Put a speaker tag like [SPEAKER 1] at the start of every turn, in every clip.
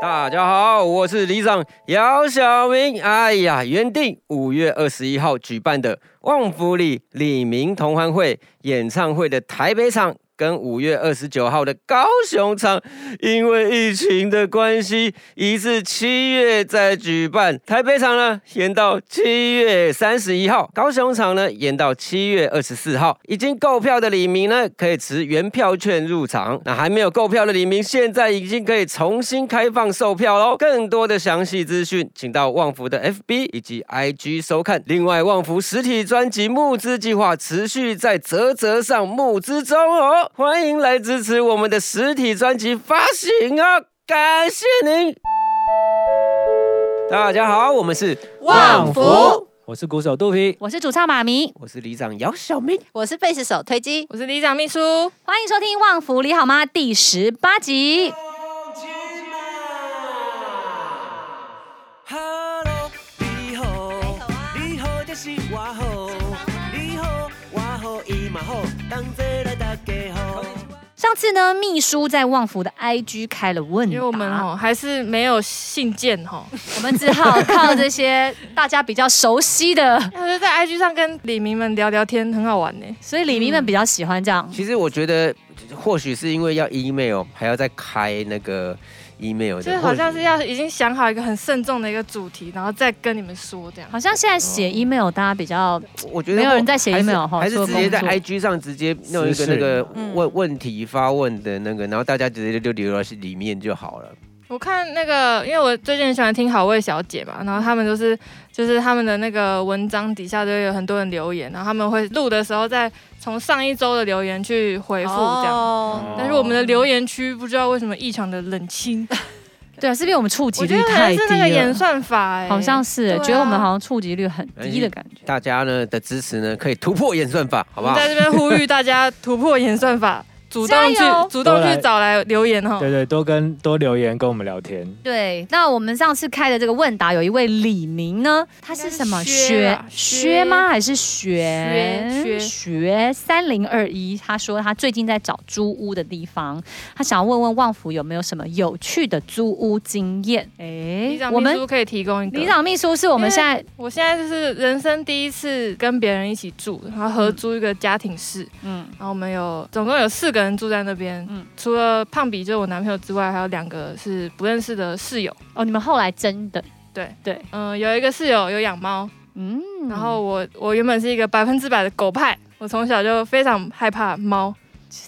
[SPEAKER 1] 大家好，我是李长姚晓明。哎呀，原定五月二十一号举办的旺福里李明同欢会演唱会的台北场，跟五月二十九号的高雄场，因为疫情的关系，移至七月再举办。台北场呢延到七月三十一号，高雄场呢延到七月二十四号。已经购票的李明呢，可以持原票券入场。那还没有购票的李明，现在已经可以重新开放售票喽。更多的详细资讯，请到旺福的 FB 以及 IG 收看。另外，旺福实体专辑募资计划持续在泽泽上募资中哦，欢迎来支持我们的实体专辑发行哦，感谢您。大家好，我们是
[SPEAKER 2] 旺福，
[SPEAKER 1] 我是鼓手肚皮，
[SPEAKER 2] 我是主唱妈咪，
[SPEAKER 1] 我是里长姚小明。
[SPEAKER 3] 我是贝斯手推机，
[SPEAKER 2] 我是里长秘书。
[SPEAKER 3] 欢迎收听《旺福你好吗》第十八集。
[SPEAKER 4] 哈喽，你好，你好就是我好，你好我好伊嘛好，同齐来大家好。
[SPEAKER 3] 上次呢，秘书在旺福的 IG 开了问答，
[SPEAKER 2] 因为我们哦还是没有信件 哦，
[SPEAKER 3] 我们只好靠这些大家比较熟悉的，
[SPEAKER 2] 我就在 IG 上跟李明们聊聊天，很好玩呢。
[SPEAKER 3] 所以李明们比较喜欢 这样。
[SPEAKER 1] 其实我觉得，或许是因为要 email，还要再开那个 email
[SPEAKER 2] 就是
[SPEAKER 1] 的，
[SPEAKER 2] 好像
[SPEAKER 1] 或
[SPEAKER 2] 是
[SPEAKER 1] 许
[SPEAKER 2] 要已经想好一个很慎重的一个主题，然后再跟你们说这样。
[SPEAKER 3] 好像现在写 email 大家比较，
[SPEAKER 1] 我觉得
[SPEAKER 3] 没有人
[SPEAKER 1] 我
[SPEAKER 3] 在写
[SPEAKER 1] 还是
[SPEAKER 3] email 哈
[SPEAKER 1] 还是
[SPEAKER 3] 做
[SPEAKER 1] 直接在
[SPEAKER 3] 工作
[SPEAKER 1] IG 上直接弄一个
[SPEAKER 5] 私
[SPEAKER 1] 那
[SPEAKER 5] 讯
[SPEAKER 1] 个问问题发问的那个，然后大家直接就留到里面就好了。
[SPEAKER 2] 我看那个，因为我最近很喜欢听好味小姐嘛，然后他们都是就是他们的那个文章底下都有很多人留言，然后他们会录的时候再从上一周的留言去回复这样。
[SPEAKER 3] 哦
[SPEAKER 2] 但是我们的留言区不知道为什么异常的冷清，
[SPEAKER 3] 对啊，是不是我们触及
[SPEAKER 2] 我觉
[SPEAKER 3] 率
[SPEAKER 2] 得可能
[SPEAKER 3] 太
[SPEAKER 2] 是那个
[SPEAKER 3] 低
[SPEAKER 2] 演
[SPEAKER 3] 了？
[SPEAKER 2] 算法、欸，
[SPEAKER 3] 好像是、
[SPEAKER 2] 对啊
[SPEAKER 3] 觉得我们好像触及率很低的感觉。
[SPEAKER 1] 大家呢的支持呢，可以突破演算法，好不好？
[SPEAKER 2] 在这边呼吁大家突破演算法，主动去
[SPEAKER 3] 加油
[SPEAKER 2] 主动去找来留言哦哈。
[SPEAKER 5] 对对，多跟多留言跟我们聊天。
[SPEAKER 3] 对，那我们上次开的这个问答，有一位李明呢，他是什么
[SPEAKER 2] 应该是薛
[SPEAKER 3] 学
[SPEAKER 2] 吧
[SPEAKER 3] 薛
[SPEAKER 2] 薛
[SPEAKER 3] 吗？还是学
[SPEAKER 2] 薛薛
[SPEAKER 3] 学三零二一？他说他最近在找租屋的地方，他想要问问旺福有没有什么有趣的租屋经验？哎
[SPEAKER 2] 里，长
[SPEAKER 3] 我
[SPEAKER 2] 秘
[SPEAKER 3] 们
[SPEAKER 2] 书可以提供一个。
[SPEAKER 3] 里，长秘书是我们
[SPEAKER 2] 因为
[SPEAKER 3] 现在
[SPEAKER 2] 我现在就是人生第一次跟别人一起住，然后合租一个家庭室，
[SPEAKER 3] 嗯
[SPEAKER 2] 然后我们有总共有四个人住在那边，
[SPEAKER 3] 嗯
[SPEAKER 2] 除了胖比就是我男朋友之外，还有两个是不认识的室友。
[SPEAKER 3] 哦，你们后来真的
[SPEAKER 2] 对
[SPEAKER 3] 对
[SPEAKER 2] 嗯、有一个室友有养猫，
[SPEAKER 3] 嗯，
[SPEAKER 2] 然后我我原本是一个百分之百的狗派，我从小就非常害怕猫，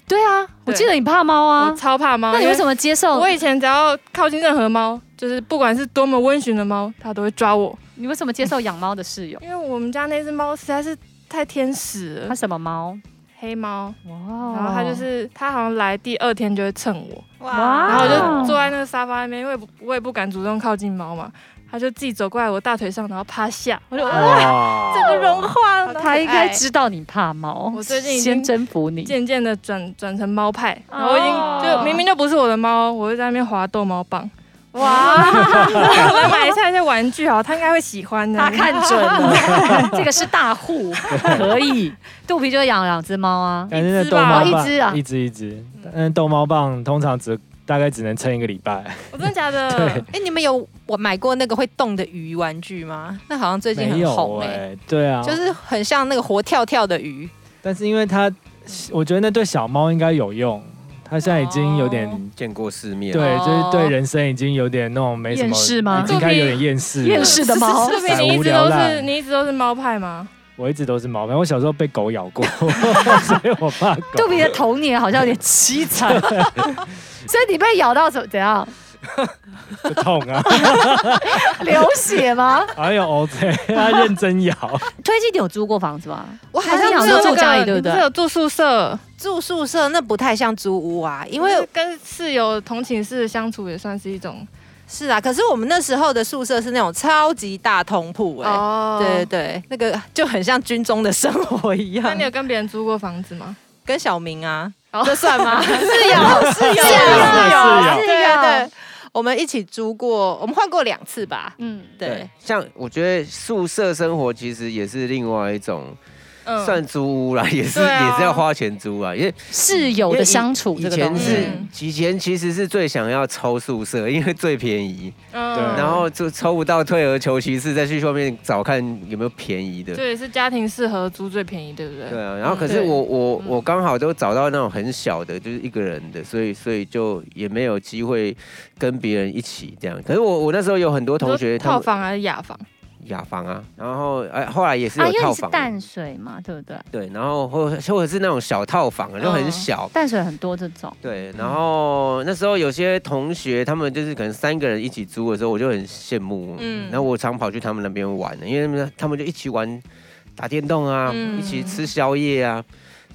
[SPEAKER 3] 对啊，我
[SPEAKER 2] 对
[SPEAKER 3] 记得你怕猫啊
[SPEAKER 2] 我，超怕猫。
[SPEAKER 3] 那你为什
[SPEAKER 2] 么？
[SPEAKER 3] 么接受
[SPEAKER 2] 我？以前只要靠近任何猫，就是不管是多么温驯的猫，它都会抓我。
[SPEAKER 3] 你为什么接受养猫的室友？
[SPEAKER 2] 因为我们家那只猫实在是太天使了
[SPEAKER 3] 它，哦什么猫？
[SPEAKER 2] 黑猫。
[SPEAKER 3] 哇，
[SPEAKER 2] 然后它就是，它好像来第二天就会蹭我，
[SPEAKER 3] 哇
[SPEAKER 2] 然后我
[SPEAKER 3] 哦
[SPEAKER 2] 就坐在那个沙发那边，因为我不我也不敢主动靠近猫嘛，它就自己走过来我大腿上，然后趴下，我就哇，
[SPEAKER 5] 哇，
[SPEAKER 2] 整个融化了。
[SPEAKER 3] 他应该
[SPEAKER 2] 只
[SPEAKER 3] 知道你怕猫，
[SPEAKER 2] 我最近已经
[SPEAKER 3] 先征服你。
[SPEAKER 2] 渐渐的转转成猫派，
[SPEAKER 3] 哦
[SPEAKER 2] 然后我已经就明明就不是我的猫，我就在那边滑逗猫棒，
[SPEAKER 3] 哇，
[SPEAKER 2] 我再买一下一些玩具好，它应该会喜欢的。
[SPEAKER 3] 他看准了， 这个是大户，可以。 肚皮就养两只猫啊，
[SPEAKER 5] 但是那
[SPEAKER 2] 一只
[SPEAKER 5] 哎逗
[SPEAKER 2] 吧
[SPEAKER 5] 猫
[SPEAKER 3] 哦
[SPEAKER 5] 棒
[SPEAKER 3] 一只啊
[SPEAKER 5] 一只一只，但是逗猫棒通常只大概只能撑一个礼拜，
[SPEAKER 2] 我真的假的
[SPEAKER 5] 对？
[SPEAKER 6] 哎、你们有我买过那个会动的鱼玩具吗？那好像最近
[SPEAKER 5] 没
[SPEAKER 6] 很
[SPEAKER 5] 有
[SPEAKER 6] 红哎、
[SPEAKER 5] 哎，对啊，
[SPEAKER 6] 就，是很像那个活跳跳的鱼。
[SPEAKER 5] 但是因为它，我觉得那对小猫应该有用，它现在已经有点。
[SPEAKER 1] 见过世面，
[SPEAKER 5] 对，
[SPEAKER 6] 哦
[SPEAKER 5] 就是对人生已经有点那种没什么
[SPEAKER 3] 厌世吗
[SPEAKER 5] 已经开始有点厌世了。
[SPEAKER 3] 厌世的猫
[SPEAKER 2] 这边你一直
[SPEAKER 5] 无聊
[SPEAKER 2] 都
[SPEAKER 5] 啦
[SPEAKER 2] 是你一直都是猫派吗？
[SPEAKER 5] 我一直都是猫，反正我小时候被狗咬过， 所以我怕
[SPEAKER 3] 肚
[SPEAKER 5] 狗。
[SPEAKER 3] 皮的童年好像有点凄 惨，所以你被咬到怎怎样？
[SPEAKER 5] 就痛啊！
[SPEAKER 3] 流血 吗？
[SPEAKER 5] 哎呦，OK，它认真咬。
[SPEAKER 3] 推荐你有租过房子吗？
[SPEAKER 6] 我好
[SPEAKER 3] 还是
[SPEAKER 6] 像
[SPEAKER 3] 想
[SPEAKER 6] 只
[SPEAKER 3] 说
[SPEAKER 6] 有
[SPEAKER 3] 住
[SPEAKER 2] 那
[SPEAKER 3] 家里
[SPEAKER 2] 个
[SPEAKER 3] 对不对
[SPEAKER 2] 你是有住宿舍，
[SPEAKER 6] 住宿舍，那不太像租屋啊，因
[SPEAKER 2] 因
[SPEAKER 6] 为
[SPEAKER 2] 为跟室友同寝室相处也算是一种
[SPEAKER 6] 是啊，可是我们那时候的宿舍是那种超级大通铺哎、
[SPEAKER 2] 哦
[SPEAKER 6] 对对。对，那个就很像军中的生活一
[SPEAKER 2] 那
[SPEAKER 6] 样
[SPEAKER 2] 你。有跟别人租过房子吗？
[SPEAKER 6] 跟小明啊，
[SPEAKER 2] 哦
[SPEAKER 6] 这算吗？是
[SPEAKER 3] 有是
[SPEAKER 6] 有
[SPEAKER 5] 啊
[SPEAKER 3] 是有
[SPEAKER 6] 对对对，我们一起租过，我们换过两次吧。
[SPEAKER 3] 嗯，
[SPEAKER 6] 对，，
[SPEAKER 1] 像我觉得宿舍生活其实也是另外一种
[SPEAKER 2] 嗯
[SPEAKER 1] 算租屋啦，也是、
[SPEAKER 2] 对啊
[SPEAKER 1] 也是要花钱租啊，因为
[SPEAKER 3] 室友
[SPEAKER 1] 因为
[SPEAKER 3] 的
[SPEAKER 1] 以
[SPEAKER 3] 相处
[SPEAKER 1] 以
[SPEAKER 3] 这个
[SPEAKER 1] 前
[SPEAKER 3] 东西
[SPEAKER 1] 是
[SPEAKER 2] 嗯
[SPEAKER 1] 以前其实是最想要抽宿舍，因为最便宜，
[SPEAKER 2] 嗯
[SPEAKER 5] 对
[SPEAKER 1] 然后就抽不到，退而求其次，再去外面找看有没有便宜的。
[SPEAKER 2] 这也是家庭适合租最便宜，对不对？
[SPEAKER 1] 对啊，然后可是
[SPEAKER 3] 对
[SPEAKER 1] 我我我刚好都找到那种很小的，就是一个人的，所以所以就也没有机会跟别人一起这样。可是我我那时候有很多同学
[SPEAKER 2] 你说
[SPEAKER 1] 他
[SPEAKER 2] 套
[SPEAKER 1] 们
[SPEAKER 2] 房还是雅房？
[SPEAKER 1] 雅房啊，然后哎后来也是
[SPEAKER 3] 啊，
[SPEAKER 1] 有
[SPEAKER 3] 因为
[SPEAKER 1] 套
[SPEAKER 3] 你是
[SPEAKER 1] 房的，
[SPEAKER 3] 淡水嘛，对不对？
[SPEAKER 1] 对，然后或或者是那种小套房啊，就很
[SPEAKER 2] 嗯
[SPEAKER 1] 小。
[SPEAKER 3] 淡水很多这种，
[SPEAKER 1] 对，然后那时候有些同学，他们就是可能三个人一起租的时候，我就很羡慕。嗯
[SPEAKER 2] 嗯，
[SPEAKER 1] 然后我常跑去他们那边玩，因为他们他们就一起玩打电动啊，
[SPEAKER 2] 嗯
[SPEAKER 1] 一起吃宵夜啊，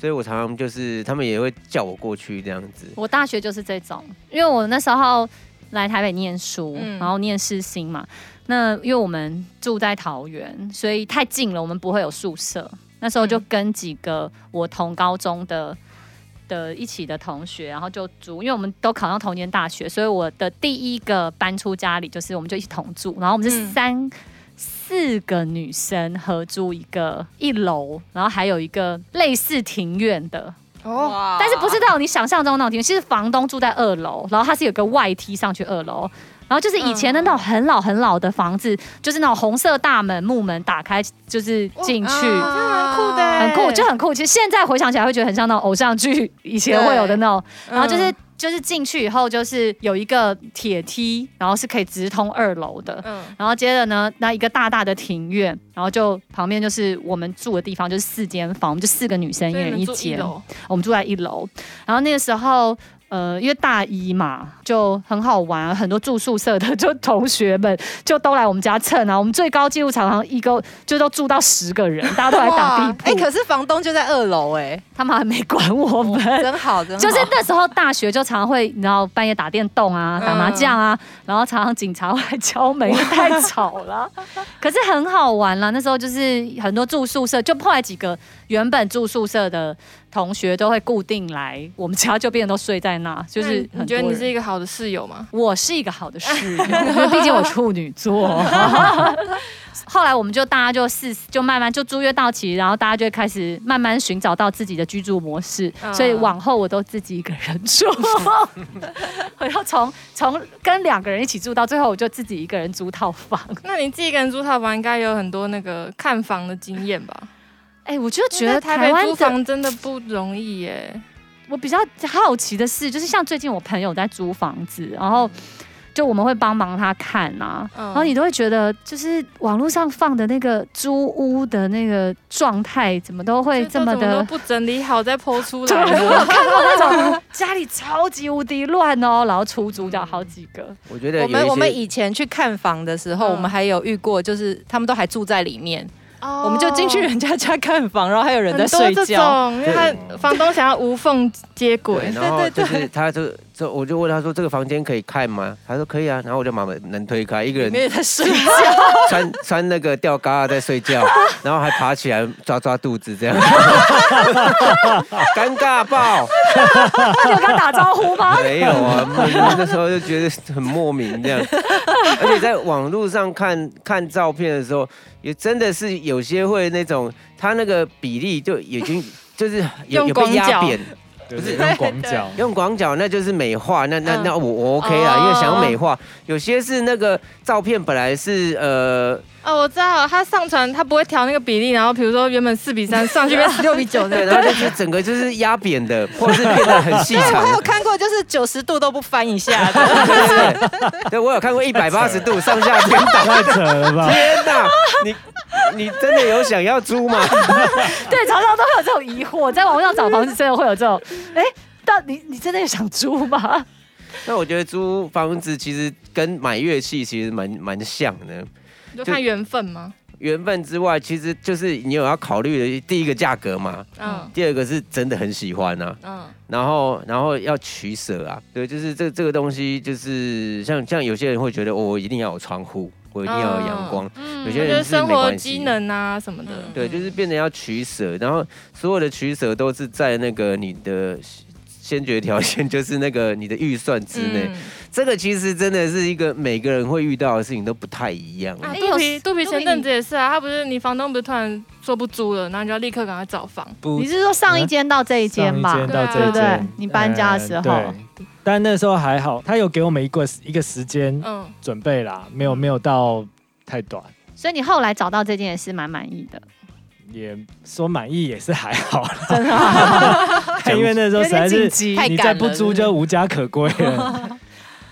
[SPEAKER 1] 所以我常常就是他们也会叫我过去这样子。
[SPEAKER 3] 我大学就是这种，因为我那时候来台北念书，
[SPEAKER 2] 嗯
[SPEAKER 3] 然后念世新嘛。那因为我们住在桃园，所以太近了，我们不会有宿舍。那时候
[SPEAKER 2] 嗯
[SPEAKER 3] 就跟几个我同高中的的一起的同学，然后就住，因为我们都考上同间大学，所以我的第一个搬出家里就是我们就一起同住，然后我们是
[SPEAKER 2] 嗯
[SPEAKER 3] 三、四个女生合租一个一楼，然后还有一个类似庭院的，
[SPEAKER 2] 哦，
[SPEAKER 3] 但是不是那种你想象中那种庭院，其实房东住在二楼，然后他是有个外梯上去二楼，然后就是以前的那种很老很老的房子，就是那种红色大门木门打开就是进去。
[SPEAKER 2] 哇这
[SPEAKER 6] 啊
[SPEAKER 2] 蛮酷的欸
[SPEAKER 3] 很酷，就很酷。其实现在回想起来，会觉得很像那种偶像剧以前会有的那种。
[SPEAKER 2] 嗯
[SPEAKER 3] 然后就是就是进去以后，就是有一个铁梯，然后是可以直通二楼的。
[SPEAKER 2] 嗯
[SPEAKER 3] 然后接着呢，那一个大大的庭院，然后就旁边就是我们住的地方，就是四间房，我们就四个女生
[SPEAKER 2] 嗯，
[SPEAKER 3] 一
[SPEAKER 2] 所以你
[SPEAKER 3] 人
[SPEAKER 2] 们
[SPEAKER 3] 一
[SPEAKER 2] 住
[SPEAKER 3] 间。
[SPEAKER 2] 楼
[SPEAKER 3] 我们住在一楼，然后那个时候。呃，因为大一嘛，就很好玩，啊很多住宿舍的 就同学们就都来我们家蹭啊。我们最高纪录常常一个就都住到十个人，大家都来打
[SPEAKER 6] 哇
[SPEAKER 3] 地铺。
[SPEAKER 6] 哎，可是房东就在二楼，哎，
[SPEAKER 3] 他们还没管我们，
[SPEAKER 6] 真好，真好。
[SPEAKER 3] 呃就是那时候大学就常常会，你知道半夜打电动啊，
[SPEAKER 2] 嗯
[SPEAKER 3] 打麻将啊，然后常常警察会来敲门，因为太吵 了。可是很好玩啦，那时候就是很多住宿舍，就后来几个原本住宿舍的同学都会固定来我们家，就变成都睡在那，就
[SPEAKER 2] 那
[SPEAKER 3] 是
[SPEAKER 2] 你
[SPEAKER 3] 很
[SPEAKER 2] 你
[SPEAKER 3] 多
[SPEAKER 2] 觉得
[SPEAKER 3] 人
[SPEAKER 2] 你是一个好的室友吗？
[SPEAKER 3] 我是一个好的室友，因 为毕竟我处女座。 后来我们就大家就试，就慢慢就租约到期，然后大家就会开始慢慢寻找到自己的居住模式，
[SPEAKER 2] 嗯
[SPEAKER 3] 所以往后我都自己一个人住。 我要从从跟两个人一起住到最后，我就自己一个人租套房。
[SPEAKER 2] 那你自己一个人租套房，应该有很多那个看房的经验吧？
[SPEAKER 3] 哎、我就觉得
[SPEAKER 2] 在台
[SPEAKER 3] 台
[SPEAKER 2] 北
[SPEAKER 3] 湾
[SPEAKER 2] 租
[SPEAKER 3] 的，
[SPEAKER 2] 房真的不容易耶。
[SPEAKER 3] 我比较好奇的是，就是像最近我朋友在租房子，然后就我们会帮忙他看啊，
[SPEAKER 2] 嗯
[SPEAKER 3] 然后你都会觉得，就是网络上放的那个租屋的那个状态，怎么都会
[SPEAKER 2] 就
[SPEAKER 3] 这么
[SPEAKER 2] 都怎都
[SPEAKER 3] 的。
[SPEAKER 2] 不整理好再剖出
[SPEAKER 3] 对，啊
[SPEAKER 2] 来
[SPEAKER 3] 我有
[SPEAKER 2] 的，
[SPEAKER 3] 看过那种家里超级无敌乱哦，然后出租掉好几个。
[SPEAKER 1] 我觉得有
[SPEAKER 6] 我
[SPEAKER 1] 一些
[SPEAKER 6] 们我们以前去看房的时候，
[SPEAKER 2] 嗯
[SPEAKER 6] 我们还有遇过，就是他们都还住在里面，
[SPEAKER 1] 哦
[SPEAKER 6] 我们就进去人家家看房，然后还有人在睡
[SPEAKER 2] 哦很多这
[SPEAKER 6] 觉。
[SPEAKER 2] 种，因为他房东想要无缝接轨
[SPEAKER 1] 对，，然后就是他就就我就问他说这个房间可以看吗？他说可以啊，然后我就把门门推开，一个
[SPEAKER 6] 里面
[SPEAKER 1] 人
[SPEAKER 6] 也在睡觉，
[SPEAKER 1] 穿穿那个吊嘎在睡 觉，然后还爬起来抓抓肚子这样，尴尬爆。
[SPEAKER 3] 他有跟他打招呼吗？
[SPEAKER 1] 没有啊，那时候就觉得很莫名这样，而且在网络上看看照片的时候，也真的是有些会那种，他那个比例就已经就是有
[SPEAKER 2] 用
[SPEAKER 1] 有被
[SPEAKER 2] 广
[SPEAKER 1] 压
[SPEAKER 2] 角
[SPEAKER 1] 扁，
[SPEAKER 5] 对
[SPEAKER 1] 不是
[SPEAKER 5] 对用广角，
[SPEAKER 1] 用广角那就是美化，那那
[SPEAKER 2] 嗯
[SPEAKER 1] 那我我 OK 啊，
[SPEAKER 2] 哦
[SPEAKER 1] 因为想美化，有些是那个照片本来是呃，
[SPEAKER 2] 哦，我知道，他上传他不会调那个比例，然后比如说原本四比三，上去变 十六比九
[SPEAKER 1] 哦对，
[SPEAKER 2] 的。
[SPEAKER 1] 然后就是整个就是压扁 的，或者是变得很细
[SPEAKER 6] 我有
[SPEAKER 1] 长。
[SPEAKER 6] 看过，就是九十度都不翻一下的。
[SPEAKER 1] 对对对，对我有看过一百八十度上下颠倒，
[SPEAKER 5] 太扯了 吧？
[SPEAKER 1] 天哪！你你真的有想要租吗？
[SPEAKER 3] 对，常常都会有这种疑惑，在网络上找房子真的会有这种，哎、到底你真的想租 吗？
[SPEAKER 1] 那我觉得租房子其实跟买乐器其实蛮蛮像的。
[SPEAKER 2] 就看缘分吗？
[SPEAKER 1] 缘分之外，其实就是你有要考虑的第一个价格嘛，
[SPEAKER 2] 嗯
[SPEAKER 1] 第二个是真的很喜欢啊，
[SPEAKER 2] 嗯，
[SPEAKER 1] 然后然后要取舍啊，对，就是这这个东西，就是像像有些人会觉得、哦我一定要有窗户，我一定要有阳光，有
[SPEAKER 2] 啊嗯我
[SPEAKER 1] 些
[SPEAKER 2] 觉
[SPEAKER 1] 人
[SPEAKER 2] 得
[SPEAKER 1] 是
[SPEAKER 2] 生
[SPEAKER 1] 没
[SPEAKER 2] 活
[SPEAKER 1] 关系
[SPEAKER 2] 机能啊什么的，
[SPEAKER 1] 对，就是变得要取舍，然后所有的取舍都是在那个你的先决条件就是那个你的预算之内。
[SPEAKER 2] 嗯
[SPEAKER 1] 这个其实真的是一个每个人会遇到的事情都不太一样。
[SPEAKER 2] 啊，
[SPEAKER 3] 哎
[SPEAKER 2] 肚
[SPEAKER 3] 有
[SPEAKER 2] 皮肚皮
[SPEAKER 3] 肚皮
[SPEAKER 2] 前阵子也是啊，他不是你房东不是突然说不租了，然后你就要立刻赶快找房。
[SPEAKER 5] 不
[SPEAKER 3] 你是说上一间到这一间吧？
[SPEAKER 5] 上一间啊到这
[SPEAKER 3] 对
[SPEAKER 5] 一
[SPEAKER 3] 不对
[SPEAKER 5] 间，
[SPEAKER 3] 你搬家的时候
[SPEAKER 5] 呃对但那时候还好，他有给我们一个一个时间
[SPEAKER 2] 嗯，
[SPEAKER 5] 准备啦，没有没有到太短，
[SPEAKER 3] 所以你后来找到这件也是蛮满意的。
[SPEAKER 5] 也说满意也是还好啦，
[SPEAKER 6] 真的啊
[SPEAKER 5] 因为那时候实在是
[SPEAKER 6] 急
[SPEAKER 5] 你再不租就无家可归了，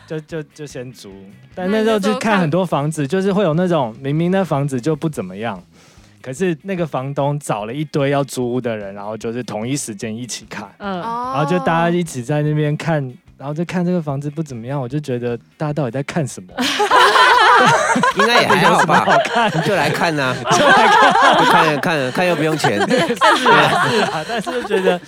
[SPEAKER 5] 就就就先租。但那时候就看很多房子，就是会有那种明明那房子就不怎么样，可是那个房东找了一堆要租屋的人，然后就是同一时间一起看，
[SPEAKER 3] 嗯，
[SPEAKER 2] 哦
[SPEAKER 5] 然后就大家一起在那边看，然后就看这个房子不怎么样，我就觉得大家到底在看什么？
[SPEAKER 1] 应该也还 好吧，你就来看呐、 就来看，看看看又不用钱，
[SPEAKER 5] 是啊，是啊，但是就觉得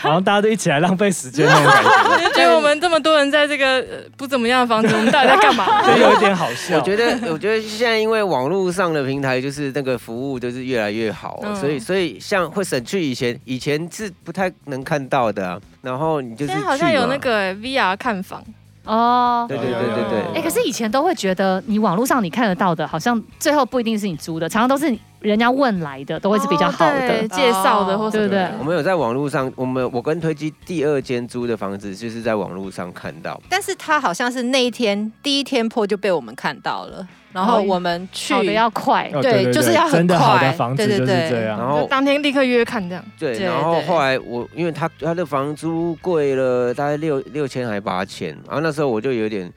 [SPEAKER 5] 好像大家都一起来浪费时间那种感觉，
[SPEAKER 2] 就觉得我们这么多人在这个呃不怎么样的房子，我们到底在干嘛？
[SPEAKER 5] 就有一点好笑。
[SPEAKER 1] 我觉 得，我觉得现在因为网络上的平台就是那个服务就是越来越好哦、
[SPEAKER 2] 嗯
[SPEAKER 1] 所以所以像会省去以前以前是不太能看到的啊、然后你就是
[SPEAKER 2] 现在好像
[SPEAKER 1] 去
[SPEAKER 2] 有
[SPEAKER 1] 嘛
[SPEAKER 2] 那个欸 VR 看房，
[SPEAKER 3] 哦。
[SPEAKER 1] 对对对对对，
[SPEAKER 3] 哎、可是以前都会觉得你网络上你看得到的，好像最后不一定是你租的，常常都是人家问来的，都会是比较好的
[SPEAKER 2] 对。介绍的
[SPEAKER 6] 哦
[SPEAKER 2] 或什
[SPEAKER 3] 对
[SPEAKER 2] 么
[SPEAKER 3] 不对
[SPEAKER 2] 的
[SPEAKER 1] 我们有在网络上，我们我跟推机第二间租的房子就是在网络上看到，
[SPEAKER 6] 但是他好像是那一天第一天破就被我们看到了，然
[SPEAKER 2] 哦
[SPEAKER 6] 后我们去
[SPEAKER 3] 好的要快，
[SPEAKER 5] 哦
[SPEAKER 6] 对就是要很
[SPEAKER 5] 真的好的
[SPEAKER 6] 快
[SPEAKER 5] 房子
[SPEAKER 6] 对对
[SPEAKER 5] 就是
[SPEAKER 6] 对
[SPEAKER 5] 这
[SPEAKER 1] 然
[SPEAKER 5] 样。
[SPEAKER 2] 就
[SPEAKER 1] 后
[SPEAKER 2] 当天立刻约看这样。
[SPEAKER 1] 对，
[SPEAKER 6] 对
[SPEAKER 1] 然后
[SPEAKER 6] 对
[SPEAKER 1] 后来我因为他他的房租贵了大概六六千还八千，然后那时候我就有点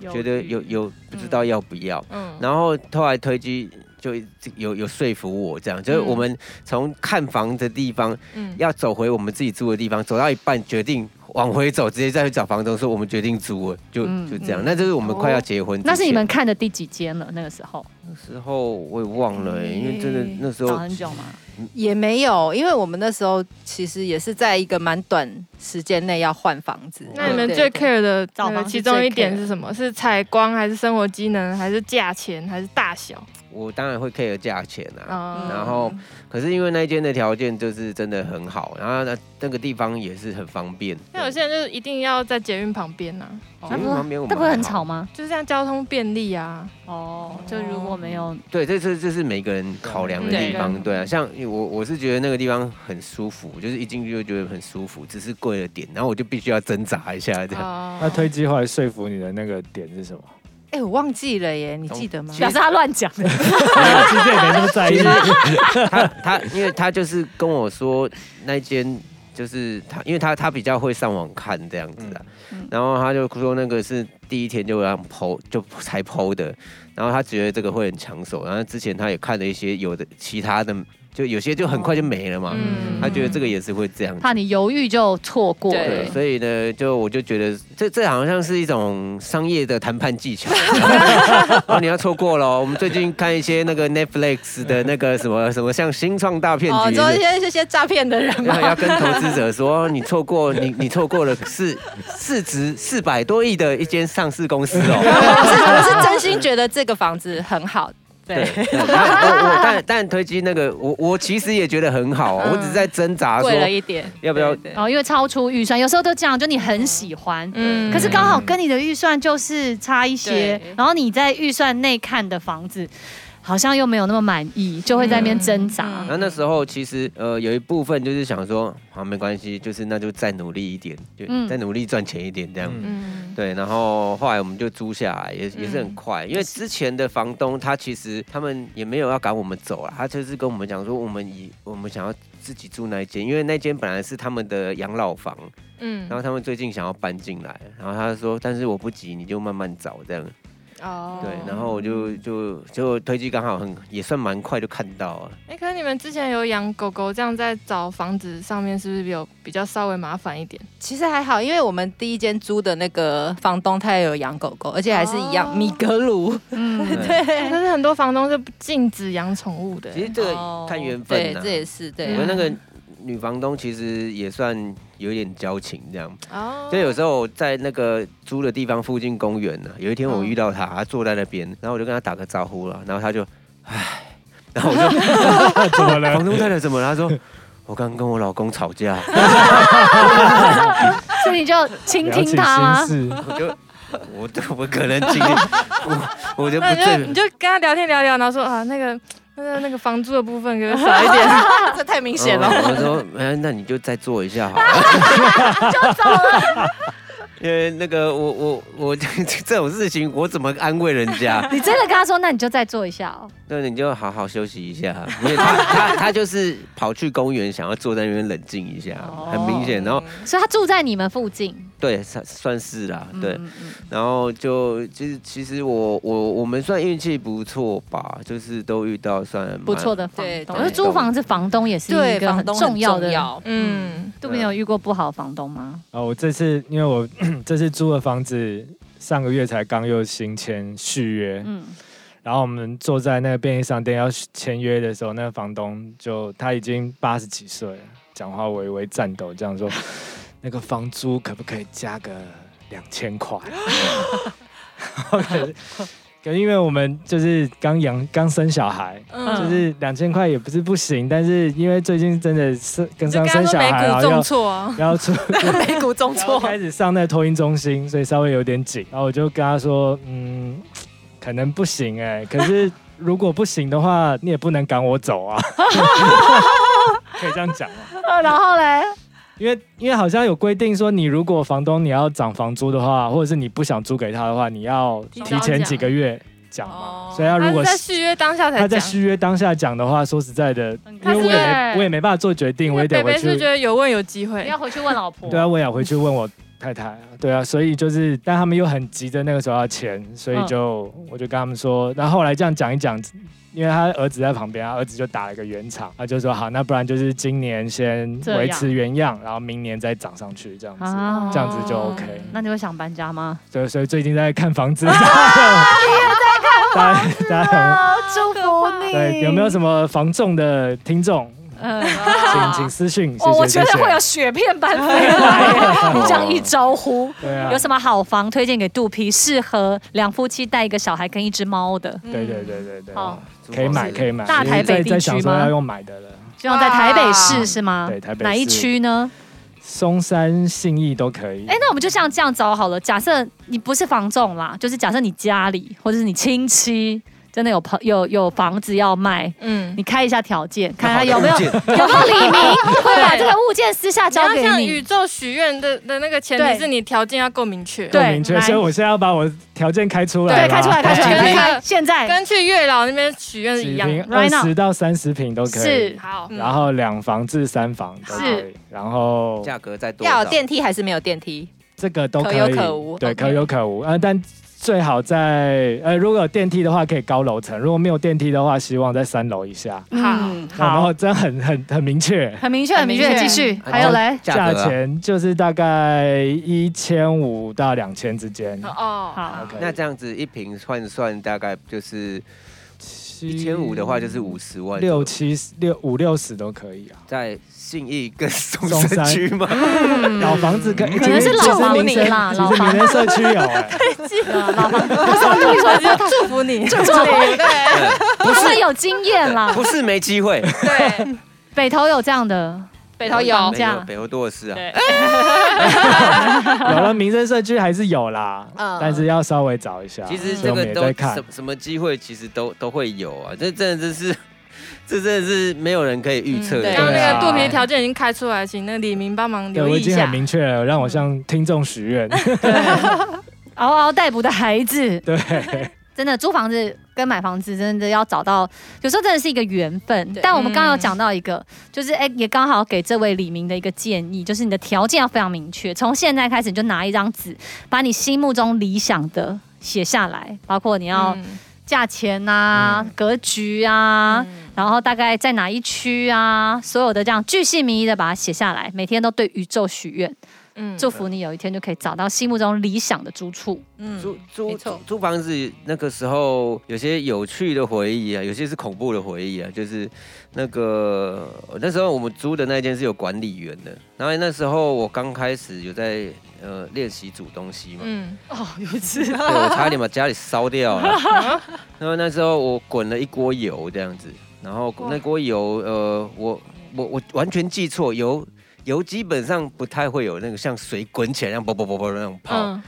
[SPEAKER 1] 觉得有有不知道要不要，
[SPEAKER 3] 哦
[SPEAKER 2] 嗯，
[SPEAKER 1] 然后后来推机就一直有有说服我这样，就是
[SPEAKER 2] 嗯
[SPEAKER 1] 我们从看房的地方
[SPEAKER 2] 嗯
[SPEAKER 1] 要走回我们自己住的地方，走到一半决定往回走，直接再去找房东说我们决定租了，就
[SPEAKER 3] 嗯
[SPEAKER 1] 就这样
[SPEAKER 6] 嗯。
[SPEAKER 1] 那就是我们快要结婚之前，
[SPEAKER 3] 那是你们看的第几间了？那个时候
[SPEAKER 1] 那时候我也忘了欸，因为真的那时
[SPEAKER 3] 找
[SPEAKER 1] 候
[SPEAKER 3] 很久吗？
[SPEAKER 6] 也没有，因为我们那时候其实也是在一个蛮短时间内要换房子。
[SPEAKER 2] 那你们
[SPEAKER 6] 对
[SPEAKER 2] 最
[SPEAKER 6] 对
[SPEAKER 2] care 的
[SPEAKER 3] 找
[SPEAKER 2] 那个
[SPEAKER 3] 房是
[SPEAKER 2] 其中
[SPEAKER 3] 最
[SPEAKER 2] 一点
[SPEAKER 3] care
[SPEAKER 2] 是什么？是采光还是生活机能还是价钱还是大小？
[SPEAKER 1] 我当然会 care 价钱啊。
[SPEAKER 3] 哦
[SPEAKER 2] 啊，
[SPEAKER 1] 然后，可是因为那一间的条件就是真的很好，然后那那个地方也是很方便。
[SPEAKER 2] 那有些人就是一定要在捷运旁边呐，
[SPEAKER 1] 捷运旁边我们
[SPEAKER 3] 哦那不会很
[SPEAKER 1] 还好
[SPEAKER 3] 吵吗？
[SPEAKER 2] 就是这样交通便利啊。
[SPEAKER 3] 哦，就如果没 有，
[SPEAKER 1] 对，这是这是每个人考量的
[SPEAKER 2] 对
[SPEAKER 1] 地方，对啊，像我我是觉得那个地方很舒服，就是一进去就觉得很舒服，只是贵了点，然后我就必须要挣扎一下这样。
[SPEAKER 2] 哦
[SPEAKER 5] 那推机后来说服你的那个点 是什么？
[SPEAKER 6] 哎、我忘记了
[SPEAKER 1] 哦
[SPEAKER 6] 耶，你记得吗？
[SPEAKER 3] 表示他乱讲的。
[SPEAKER 5] 其实也没那么在意
[SPEAKER 1] 其。实他他，因为他就是跟我说那间就是他，因为他他比较会上网看这样子的，
[SPEAKER 3] 嗯
[SPEAKER 1] 然后他就说那个是第一天就让剖就才剖的，然后他觉得这个会很抢手，然后之前他也看了一些有的其他的，就有些就很快就没了嘛，
[SPEAKER 2] 嗯
[SPEAKER 1] 他觉得这个也是会这样子
[SPEAKER 3] 怕你犹豫就错过了。
[SPEAKER 1] 对，所以呢，就我就觉得这这好像是一种商业的谈判 技巧，哦，你要错过了哦。我们最近看一些那个 Netflix 的那个什么什么，像新创大骗
[SPEAKER 6] 哦，
[SPEAKER 1] 局。
[SPEAKER 6] 昨天这些诈骗的人
[SPEAKER 1] 要
[SPEAKER 6] 嘛，
[SPEAKER 1] 要跟投资者说，你错过你你错过了市市值四百多亿的一间上市公司哦。
[SPEAKER 6] 我是我是真心觉得这个房子很好，
[SPEAKER 1] 对，
[SPEAKER 6] 对，
[SPEAKER 1] 对然后我我但但推机那个我我其实也觉得很好哦，我只是在挣扎说
[SPEAKER 6] 贵了一点，
[SPEAKER 1] 要不要
[SPEAKER 6] 对对
[SPEAKER 3] 然后哦因为超出预算，有时候都这样，就你很喜欢，
[SPEAKER 2] 嗯
[SPEAKER 3] 可是刚好跟你的预算就是差一些
[SPEAKER 6] 对，
[SPEAKER 3] 然后你在预算内看的房子，好像又没有那么满意，就会在那边挣扎
[SPEAKER 1] 然。 后那时候其实呃有一部分就是想说，好没关系，就是那就再努力一点，就
[SPEAKER 3] 嗯
[SPEAKER 1] 再努力赚钱一点这样。
[SPEAKER 5] 嗯
[SPEAKER 2] 嗯，
[SPEAKER 1] 对，然后后来我们就租下来，也也是很
[SPEAKER 2] 嗯
[SPEAKER 1] 快，因为之前的房东他其实他们也没有要赶我们走啊，他就是跟我们讲说，我们以我们想要自己住那一间，因为那间本来是他们的养老房，
[SPEAKER 2] 嗯
[SPEAKER 1] 然后他们最近想要搬进来，然后他说，但是我不急，你就慢慢找这样。
[SPEAKER 2] 哦
[SPEAKER 1] 对，然后我就就就推机刚好很也算蛮快就看到 了。
[SPEAKER 2] 哎、可是你们之前有养狗狗，这样在找房子上面是不是有比较稍微麻烦一点？
[SPEAKER 6] 其实还好，因为我们第一间租的那个房东他也有养狗狗，而且还是一样、
[SPEAKER 2] 哦
[SPEAKER 6] 米格鲁，
[SPEAKER 3] 嗯，
[SPEAKER 2] 哎但是很多房东是禁止养宠物的、
[SPEAKER 1] 其实这个
[SPEAKER 6] 哦
[SPEAKER 1] 看缘分、
[SPEAKER 6] 对
[SPEAKER 1] 啊，，
[SPEAKER 6] 这也是对。
[SPEAKER 1] 我们 那个女房东其实也算有点交情，这样。
[SPEAKER 2] 哦
[SPEAKER 1] 就有时候我在那个租的地方附近公园呢、有一天我遇到
[SPEAKER 6] 嗯
[SPEAKER 1] 她，她坐在那边，然后我就跟她打个招 呼了，然后她就，唉，然后我就
[SPEAKER 5] 怎么了
[SPEAKER 1] 房？东太太怎么了？她说。我刚跟我老公吵架，
[SPEAKER 3] 所以你就倾
[SPEAKER 5] 了解
[SPEAKER 3] 听他啊
[SPEAKER 5] 心
[SPEAKER 3] 吗？
[SPEAKER 5] 事，
[SPEAKER 1] 我就我都不可能经历，我我就不
[SPEAKER 2] 那你就
[SPEAKER 1] 这
[SPEAKER 2] 你就跟他聊天聊聊，然后说啊那个那个那个房租的部分给我少一 点，
[SPEAKER 6] 这太明
[SPEAKER 1] 嗯
[SPEAKER 6] 显了。
[SPEAKER 1] 我说，哎，那你就再做一下好了。 因为那个我我我这种事情我怎么安慰人 家？
[SPEAKER 3] 你真的跟他说，那你就再做一下哦。
[SPEAKER 1] 那你就好好休息一下，因为他他他就是跑去公园，想要坐在那边冷静一下，
[SPEAKER 6] 哦
[SPEAKER 1] 很明显。然后
[SPEAKER 3] 所以他住在你们附近，
[SPEAKER 1] 对算算是啦，
[SPEAKER 3] 嗯
[SPEAKER 1] 对，
[SPEAKER 3] 嗯嗯
[SPEAKER 1] 然后就就是其实我我我们算运气不错吧，就是都遇到算蛮
[SPEAKER 3] 不错的房
[SPEAKER 6] 对
[SPEAKER 3] 东。
[SPEAKER 6] 对
[SPEAKER 3] 而租房子房东也是
[SPEAKER 6] 对，
[SPEAKER 3] 一个
[SPEAKER 6] 房
[SPEAKER 3] 很
[SPEAKER 6] 东
[SPEAKER 3] 重要的。
[SPEAKER 6] 要，
[SPEAKER 2] 嗯，
[SPEAKER 3] 杜明有遇过不好的房东吗？
[SPEAKER 5] 啊，我这次因为我 这次租的房子上个月才刚又新签续约，
[SPEAKER 3] 嗯，
[SPEAKER 5] 然后我们坐在那个便利商店要签约的时候，那个房东就他已经八十几岁了，讲话微微颤抖，这样说：“那个房租可不可以加个两千块？”然后可是可是因为我们就是刚养刚生小孩，
[SPEAKER 2] 嗯
[SPEAKER 5] 就是两千块也不是不行，但是因为最近真的是跟
[SPEAKER 2] 你就
[SPEAKER 5] 上
[SPEAKER 2] 跟他
[SPEAKER 5] 生
[SPEAKER 2] 说
[SPEAKER 5] 小
[SPEAKER 2] 美
[SPEAKER 5] 孩
[SPEAKER 2] 股
[SPEAKER 5] 了，要
[SPEAKER 2] 重挫啊，
[SPEAKER 5] 要哦出
[SPEAKER 6] 美股重
[SPEAKER 5] 然后
[SPEAKER 6] 挫，
[SPEAKER 5] 开始上那托运中心，所以稍微有点紧。然后我就跟他说，嗯，可能不行哎、可是如果不行的话，你也不能赶我走啊， 可以这样讲吗？
[SPEAKER 3] 然后嘞，
[SPEAKER 5] 因为因为好像有规定说，你如果房东你要涨房租的话，或者是你不想租给他的话，你要提前几个月讲嘛
[SPEAKER 6] 哦。
[SPEAKER 5] 所以他
[SPEAKER 2] 他
[SPEAKER 5] 如
[SPEAKER 2] 是
[SPEAKER 5] 果
[SPEAKER 2] 在续约当下才
[SPEAKER 5] 他在
[SPEAKER 2] 讲。
[SPEAKER 5] 续约当下讲的话，说实在的，
[SPEAKER 3] 很
[SPEAKER 5] 因为我也
[SPEAKER 3] 开
[SPEAKER 5] 没
[SPEAKER 3] 心
[SPEAKER 5] 我也没办法做决定，我也得
[SPEAKER 2] 北
[SPEAKER 5] 回
[SPEAKER 2] 北是
[SPEAKER 5] 去
[SPEAKER 2] 觉得有问有机会
[SPEAKER 3] 你，要回去问老婆。
[SPEAKER 5] 对啊，我也回去问我太太啊，对啊，所以就是，但他们又很急着那个时候要钱，所
[SPEAKER 3] 嗯
[SPEAKER 5] 以就、我就跟他们说，然后后来这样讲一讲，因为他儿子在旁边，他儿子就打了一个圆场，他就说好，那不然就是今年先
[SPEAKER 3] 这样
[SPEAKER 5] 维持原样，然后明年再涨上去这样子，
[SPEAKER 3] 啊
[SPEAKER 5] 这样子
[SPEAKER 2] 哦
[SPEAKER 5] 就 OK。
[SPEAKER 3] 那啊你会想搬家吗？
[SPEAKER 5] 所以所以最近在看房 子，大家大家
[SPEAKER 3] 啊，祝福
[SPEAKER 5] 有对有没有什么房仲的 听众，
[SPEAKER 3] 嗯，
[SPEAKER 5] 请请私信，谢
[SPEAKER 3] 哦，我
[SPEAKER 5] 谢
[SPEAKER 3] 觉
[SPEAKER 5] 谢
[SPEAKER 3] 得会有
[SPEAKER 5] 谢。
[SPEAKER 3] 雪片般飞来，你这样一招呼。
[SPEAKER 5] 对啊
[SPEAKER 3] 有，什么好房推荐给肚皮，适合两夫妻带一个小孩跟一只猫的？
[SPEAKER 5] 对对对对
[SPEAKER 3] 嗯
[SPEAKER 5] 对。
[SPEAKER 3] 好，
[SPEAKER 5] 可以买，可以买。
[SPEAKER 3] 大台北
[SPEAKER 5] 在
[SPEAKER 3] 地区
[SPEAKER 5] 在想说
[SPEAKER 3] 吗
[SPEAKER 5] 要用买的了，
[SPEAKER 3] 希望在台北市是吗？
[SPEAKER 5] 对台北市
[SPEAKER 3] 哪一区呢？
[SPEAKER 5] 松山、信义都可以。
[SPEAKER 3] 哎，那我们就像这样找好了。假设你不是房仲啦，就是假设你家里或者是你亲戚真的有朋有有房子要卖，
[SPEAKER 2] 嗯，
[SPEAKER 3] 你开一下条件，看他有没有有没有李明会把这个物 件私下
[SPEAKER 2] 你
[SPEAKER 3] 交
[SPEAKER 2] 要
[SPEAKER 3] 给
[SPEAKER 2] 向宇
[SPEAKER 3] 你。
[SPEAKER 2] 宙许愿的的那个前提
[SPEAKER 3] 对
[SPEAKER 2] 是你条件要够明确，
[SPEAKER 3] 对
[SPEAKER 5] 够明确，
[SPEAKER 3] 来
[SPEAKER 5] 所以我现在要把我条件开出
[SPEAKER 3] 对，
[SPEAKER 5] 来啦。
[SPEAKER 3] 开出来，开出来，
[SPEAKER 2] 对
[SPEAKER 3] 开
[SPEAKER 2] 那
[SPEAKER 3] 开，
[SPEAKER 2] 个
[SPEAKER 3] 现在
[SPEAKER 2] 跟去月老那边许愿是
[SPEAKER 5] 几
[SPEAKER 2] 一样
[SPEAKER 5] 平
[SPEAKER 2] 的。
[SPEAKER 5] 二
[SPEAKER 3] right now
[SPEAKER 5] 十到三十平都可以。
[SPEAKER 3] 是
[SPEAKER 2] 好，嗯
[SPEAKER 5] 然后两房至三房都可以
[SPEAKER 3] 是，
[SPEAKER 5] 然后
[SPEAKER 1] 价格在多少？
[SPEAKER 6] 要有电梯还是没有电 梯？
[SPEAKER 5] 这个都
[SPEAKER 6] 可
[SPEAKER 5] 以，
[SPEAKER 6] 有可无
[SPEAKER 5] 对，
[SPEAKER 6] OK
[SPEAKER 5] 可有可无。呃，但最好在呃，如果有电梯的话，可以高楼层；如果没有电梯的话，希望在三楼以下。
[SPEAKER 3] 嗯，
[SPEAKER 5] 然
[SPEAKER 3] 好
[SPEAKER 5] 后，这样很很很明确。
[SPEAKER 3] 很明确，很明
[SPEAKER 6] 很
[SPEAKER 3] 确，
[SPEAKER 6] 明确
[SPEAKER 3] 继续。
[SPEAKER 1] 啊
[SPEAKER 3] 还有嘞，
[SPEAKER 5] 价
[SPEAKER 1] 格啊。
[SPEAKER 5] 钱就是大概一千五到两千之间。
[SPEAKER 2] 哦，
[SPEAKER 3] 好，
[SPEAKER 5] OK，
[SPEAKER 1] 那这样子一瓶换算大概就是一
[SPEAKER 5] 一
[SPEAKER 1] 千五的话，就是五十万左右。
[SPEAKER 5] 六七十六五六十都可以啊。
[SPEAKER 1] 在信义跟松
[SPEAKER 5] 松
[SPEAKER 1] 山
[SPEAKER 5] 山
[SPEAKER 1] 区吗？
[SPEAKER 5] 老房子可
[SPEAKER 3] 可能嗯是老房
[SPEAKER 5] 其实民
[SPEAKER 3] 子
[SPEAKER 5] 生
[SPEAKER 3] 啦，
[SPEAKER 5] 其
[SPEAKER 3] 老
[SPEAKER 5] 实
[SPEAKER 3] 房
[SPEAKER 5] 民
[SPEAKER 3] 子。
[SPEAKER 5] 生社区有哎，
[SPEAKER 3] 老房子，他说跟你 说他
[SPEAKER 2] 祝福你，
[SPEAKER 3] 祝 福你，
[SPEAKER 1] 不
[SPEAKER 3] 他们
[SPEAKER 1] 是，
[SPEAKER 3] 有经验啦。
[SPEAKER 1] 不是没机会。
[SPEAKER 2] 对，
[SPEAKER 3] 北投有这样的，
[SPEAKER 6] 北投
[SPEAKER 3] 有
[SPEAKER 6] 有
[SPEAKER 3] 这
[SPEAKER 1] 没有
[SPEAKER 3] 样
[SPEAKER 1] 北欧多的是啊。
[SPEAKER 5] 有了民生社区还是有啦，
[SPEAKER 6] 嗯
[SPEAKER 5] 但是要稍微找一下。
[SPEAKER 1] 其实
[SPEAKER 5] 所以
[SPEAKER 1] 这
[SPEAKER 5] 我们
[SPEAKER 1] 个
[SPEAKER 5] 也
[SPEAKER 1] 都
[SPEAKER 5] 在看
[SPEAKER 1] 什。什么机会，其实都都会有啊。这真的是，这真的是没有人可以预测的。
[SPEAKER 6] 嗯对
[SPEAKER 2] 刚刚那
[SPEAKER 5] 对啊
[SPEAKER 2] 个肚皮条件已经开出来，请那个李明帮忙
[SPEAKER 5] 对，
[SPEAKER 2] 留
[SPEAKER 5] 我
[SPEAKER 2] 意
[SPEAKER 5] 已
[SPEAKER 2] 一
[SPEAKER 5] 经很
[SPEAKER 2] 下。
[SPEAKER 5] 明确了，让我向听众许 愿。
[SPEAKER 3] 嗷嗷待哺的孩子，
[SPEAKER 5] 对，
[SPEAKER 3] 真的租房子跟买房子真的要找到，有时候真的是一个缘分。
[SPEAKER 6] 对
[SPEAKER 3] 但我们刚刚有讲到一个，就是哎、也刚好给这位李明的一个建议，就是你的条件要非常明确，从现在开始你就拿一张纸，把你心目中理想的写下来，包括你要
[SPEAKER 2] 嗯
[SPEAKER 3] 价钱啊、格局啊。然后大概在哪一区啊？所有的这样巨细靡遗的把它写下来，每天都对宇宙许愿，
[SPEAKER 2] 嗯
[SPEAKER 3] 祝福你有一天就可以找到心目中理想的住处。
[SPEAKER 1] 租
[SPEAKER 6] 嗯，
[SPEAKER 1] 租
[SPEAKER 6] 没
[SPEAKER 1] 租
[SPEAKER 6] 错
[SPEAKER 1] 租房子那个时候，有些有趣的回忆啊，有些是恐怖的回忆啊。就是那个那时候我们租的那间是有管理员的，然后那时候我刚开始有在呃练习煮东西嘛，
[SPEAKER 2] 嗯，
[SPEAKER 6] 哦，有一次，？
[SPEAKER 1] 对我差点把家里烧掉啊了。然后那时候我滚了一锅油这样子，然后那锅油呃我我我完全记错，油油基本上不太会有那个像水滚起来那样啵啵啵啵那种泡，
[SPEAKER 2] 嗯，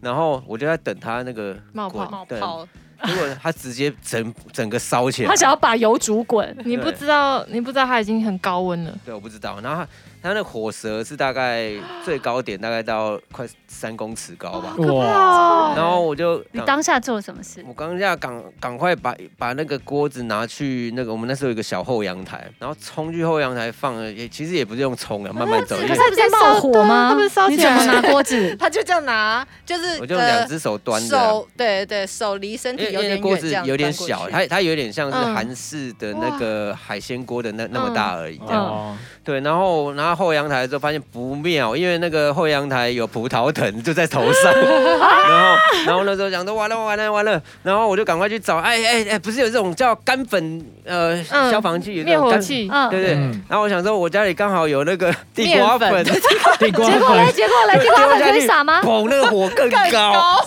[SPEAKER 1] 然后我就在等它那个
[SPEAKER 2] 冒
[SPEAKER 1] 滚
[SPEAKER 2] 泡
[SPEAKER 3] 冒
[SPEAKER 1] 对，
[SPEAKER 3] 泡，
[SPEAKER 1] 结果它直接整 整个烧起来
[SPEAKER 3] 他。想要把油煮滚，
[SPEAKER 2] 你不知道，你不知道它已经很高温了，
[SPEAKER 1] 对，我不知道。然后它它那火舌是大概最高点，大概到快三公尺高吧。
[SPEAKER 5] 哇，
[SPEAKER 2] 哦
[SPEAKER 1] 然后我就
[SPEAKER 3] 你
[SPEAKER 1] 赶
[SPEAKER 3] 当下做了什么事？
[SPEAKER 1] 我刚下赶赶快把把那个锅子拿去那个我们那时候有一个小后阳台，然后冲去后阳台放了，也其实也不是用冲啊，慢慢走。因为
[SPEAKER 3] 他嗯不是冒火吗
[SPEAKER 2] 它不是？烧
[SPEAKER 3] 你
[SPEAKER 2] 起
[SPEAKER 3] 怎么
[SPEAKER 2] 来？
[SPEAKER 3] 拿锅 嗯子
[SPEAKER 6] 他就这样拿，就是呃
[SPEAKER 1] 我就用两只手端着啊，
[SPEAKER 6] 手，对对，手离
[SPEAKER 1] 因
[SPEAKER 6] 身体
[SPEAKER 1] 为因
[SPEAKER 6] 有
[SPEAKER 1] 为
[SPEAKER 6] 点
[SPEAKER 1] 那锅
[SPEAKER 6] 远，
[SPEAKER 1] 子
[SPEAKER 6] 这样
[SPEAKER 1] 有点
[SPEAKER 6] 端过
[SPEAKER 1] 小，
[SPEAKER 6] 去
[SPEAKER 1] 它它有点像是
[SPEAKER 2] 嗯
[SPEAKER 1] 韩式的那个海鲜锅的那那么
[SPEAKER 2] 嗯
[SPEAKER 1] 大而已。这样
[SPEAKER 5] 哦，
[SPEAKER 1] 对，然后拿到后阳台之后发现不妙，因为那个后阳台有葡萄藤就在头上，然后然后那时候想说完了完了完了，然后我就赶快去找，哎哎哎，不是有这种叫干粉呃、
[SPEAKER 2] 嗯
[SPEAKER 1] 消防器，有那
[SPEAKER 2] 灭
[SPEAKER 1] 种
[SPEAKER 2] 火
[SPEAKER 1] 干，
[SPEAKER 2] 器，
[SPEAKER 3] 嗯，
[SPEAKER 1] 对对。
[SPEAKER 5] 嗯
[SPEAKER 1] 然后我想说，我家里刚好有那个地瓜粉，
[SPEAKER 6] 面粉
[SPEAKER 1] 结
[SPEAKER 5] 地瓜
[SPEAKER 3] 结果嘞，
[SPEAKER 5] 粉
[SPEAKER 3] 结果嘞，地瓜粉可以撒吗？
[SPEAKER 1] 捧那个火更高，
[SPEAKER 5] 是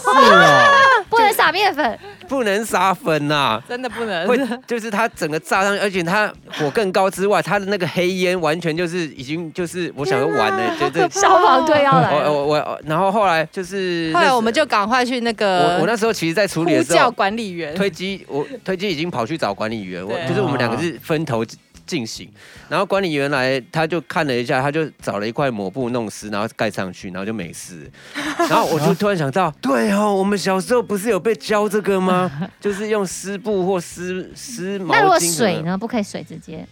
[SPEAKER 5] 哦，
[SPEAKER 3] 不能撒面粉，
[SPEAKER 1] 不能撒粉呐、
[SPEAKER 6] 真的不能
[SPEAKER 1] 会就是它整个炸上去，而且它火更高之外，它的那个黑烟完全就是已经就是我想说完了， 就是
[SPEAKER 3] 消防队要来
[SPEAKER 1] 我
[SPEAKER 3] 了。
[SPEAKER 1] 哦我我，然后后来就是那
[SPEAKER 6] 后
[SPEAKER 1] 时，
[SPEAKER 6] 来我们就赶快去那
[SPEAKER 1] 我
[SPEAKER 3] 呃
[SPEAKER 6] 个
[SPEAKER 1] 我那时候其实，在处理
[SPEAKER 6] 呼
[SPEAKER 1] 的时
[SPEAKER 6] 叫
[SPEAKER 1] 候，
[SPEAKER 6] 管理 员，
[SPEAKER 1] 推机我推机已经跑去找管理员，我
[SPEAKER 6] 对
[SPEAKER 1] 就是我们两个是分头进行，然后管理员来，他就看了一下，他就找了一块抹布弄湿，然后盖上去，然后就没 事。然后我就突然想到， 对哦，我们小时候不是有被教这个 吗？就是用湿布或湿湿毛巾。
[SPEAKER 3] 那如果水？呢？不可以水直接，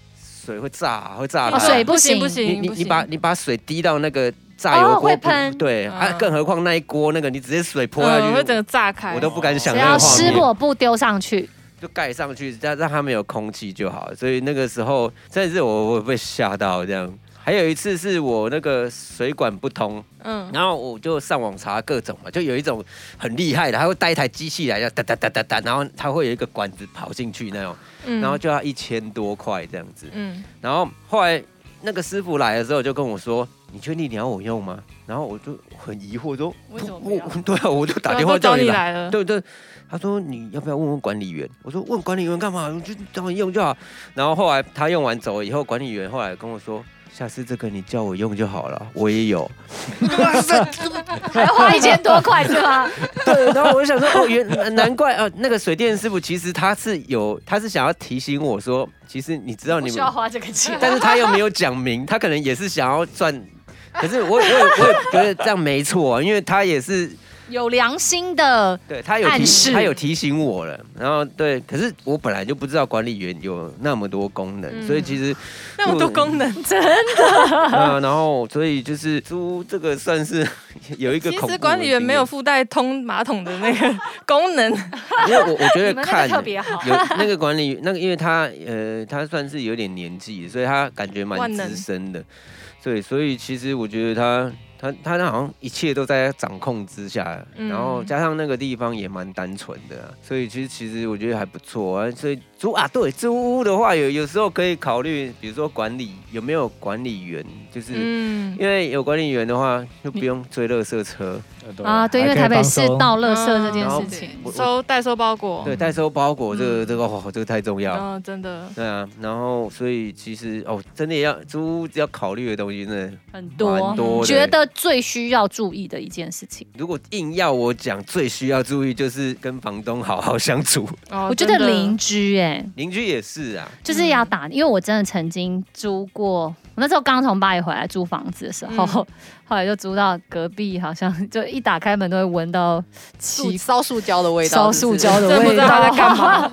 [SPEAKER 1] 水会炸啊，会炸
[SPEAKER 3] 哦
[SPEAKER 1] 的。
[SPEAKER 3] 水不行
[SPEAKER 2] 不
[SPEAKER 1] 你
[SPEAKER 2] 行，
[SPEAKER 1] 你
[SPEAKER 2] 不
[SPEAKER 1] 你
[SPEAKER 2] 行
[SPEAKER 1] 把你把水滴到那个炸油
[SPEAKER 3] 哦
[SPEAKER 1] 锅
[SPEAKER 3] 会
[SPEAKER 1] 不，
[SPEAKER 3] 喷
[SPEAKER 1] 对啊，
[SPEAKER 6] 嗯
[SPEAKER 1] 更何况那一锅那个你直接水泼下去，
[SPEAKER 2] 嗯会整个炸开，
[SPEAKER 1] 我都不敢想
[SPEAKER 3] 只
[SPEAKER 1] 那
[SPEAKER 3] 要
[SPEAKER 1] 个画
[SPEAKER 3] 湿
[SPEAKER 1] 面，
[SPEAKER 3] 抹布丢上去，
[SPEAKER 1] 就盖上去，让让它没有空气就好了。所以那个时候真的是我我被吓到这样。还有一次是我那个水管不通，
[SPEAKER 2] 嗯，
[SPEAKER 1] 然后我就上网查各种嘛，就有一种很厉害的，他会带一台机器来，要哒哒哒哒哒，然后它会有一个管子跑进去那种，
[SPEAKER 2] 嗯
[SPEAKER 1] 然后就要一千多块这样子。
[SPEAKER 2] 嗯，
[SPEAKER 1] 然后后来那个师傅来的时候就跟我说：“你确定你要我用吗？”然后我就很疑惑说：“
[SPEAKER 6] 为什么不
[SPEAKER 1] 我
[SPEAKER 6] 要
[SPEAKER 1] 我对啊，我就打
[SPEAKER 2] 对啊
[SPEAKER 1] 电
[SPEAKER 2] 都
[SPEAKER 1] 话叫
[SPEAKER 2] 找
[SPEAKER 1] 你
[SPEAKER 2] 你
[SPEAKER 1] 来。”
[SPEAKER 2] 来了，
[SPEAKER 1] 对对，他说你要不要问问管理员？我说问管理员干嘛？我就找你用就好。然后后来他用完走了以后，管理员后来跟我说，下次这个你叫我用就好了，我也有。哇塞，
[SPEAKER 3] 还要花一千多块是 吗？
[SPEAKER 1] 对，然后我就想说，哦，原难怪哦，那个水电师傅其实他是有，他是想要提醒我说，其实你知道
[SPEAKER 3] 不
[SPEAKER 1] 你
[SPEAKER 3] 需
[SPEAKER 1] 们
[SPEAKER 3] 要，花这个钱。
[SPEAKER 1] 但是他又没有讲明，他可能也是想要赚。可是我我也我也觉得这样没错、啊，因为他也是
[SPEAKER 3] 有良心的，
[SPEAKER 1] 对他有提
[SPEAKER 3] 暗示
[SPEAKER 1] 他有提醒我了，然后对，可是我本来就不知道管理员有那么多功能，
[SPEAKER 2] 嗯
[SPEAKER 1] 所以其实
[SPEAKER 2] 那么多功能，
[SPEAKER 1] 啊，然后所以就是租这个算是 有一个
[SPEAKER 2] 其
[SPEAKER 1] 恐怖的
[SPEAKER 2] 实管理员没有附带通马桶的那个 功能，
[SPEAKER 1] 经验，因为我我 觉
[SPEAKER 3] 你
[SPEAKER 1] 得
[SPEAKER 3] 们那
[SPEAKER 1] 看
[SPEAKER 3] 个特别
[SPEAKER 2] 哦
[SPEAKER 3] 好。
[SPEAKER 1] 有 那个管理那个，因为他呃他算是有点年纪，所以他感觉蛮
[SPEAKER 2] 万能
[SPEAKER 1] 资深的，对，所以其实我觉得他。他他好像一切都在他掌控之下，
[SPEAKER 2] 嗯
[SPEAKER 1] 然后加上那个地方也蛮单纯的啊、所以其实其实我觉得还不错啊。所以租啊，对租屋的话，有有时候可以考虑，比如说管理有没有管理员，就是、
[SPEAKER 2] 嗯，
[SPEAKER 1] 因为有管理员的话，就不用追垃圾车，
[SPEAKER 3] 啊，对，因为
[SPEAKER 5] 还
[SPEAKER 3] 台北
[SPEAKER 5] 可以帮
[SPEAKER 3] 市
[SPEAKER 5] 收
[SPEAKER 3] 倒垃圾这件
[SPEAKER 1] 然后
[SPEAKER 3] 事情，
[SPEAKER 1] 我我
[SPEAKER 2] 收代收包裹，
[SPEAKER 1] 嗯对代收包裹这个、
[SPEAKER 2] 嗯
[SPEAKER 1] 这个哦这个太重要了。
[SPEAKER 2] 嗯，真的，
[SPEAKER 1] 对啊，然后所以其实哦，真的要租屋要考虑的东西真的
[SPEAKER 3] 很
[SPEAKER 1] 蛮
[SPEAKER 3] 多。
[SPEAKER 1] 多的。
[SPEAKER 3] 觉得最需要注意的一件事情，
[SPEAKER 1] 如果硬要我讲，最需要注意就是跟房东好好相处，
[SPEAKER 2] 哦
[SPEAKER 3] 我觉得，邻
[SPEAKER 2] 真的
[SPEAKER 3] 居哎、
[SPEAKER 1] 邻居也是啊。
[SPEAKER 3] 就是要打，因为我真的曾经租过，我那时候刚从巴黎回来租房子的时候，
[SPEAKER 2] 嗯
[SPEAKER 3] 后来就租到隔壁，好像就一打开门都会闻到
[SPEAKER 6] 塑
[SPEAKER 3] 奇
[SPEAKER 6] 烧塑胶的味道，
[SPEAKER 3] 烧塑胶的
[SPEAKER 2] 真不
[SPEAKER 3] 味
[SPEAKER 2] 知道他
[SPEAKER 3] 道
[SPEAKER 2] 在。干嘛，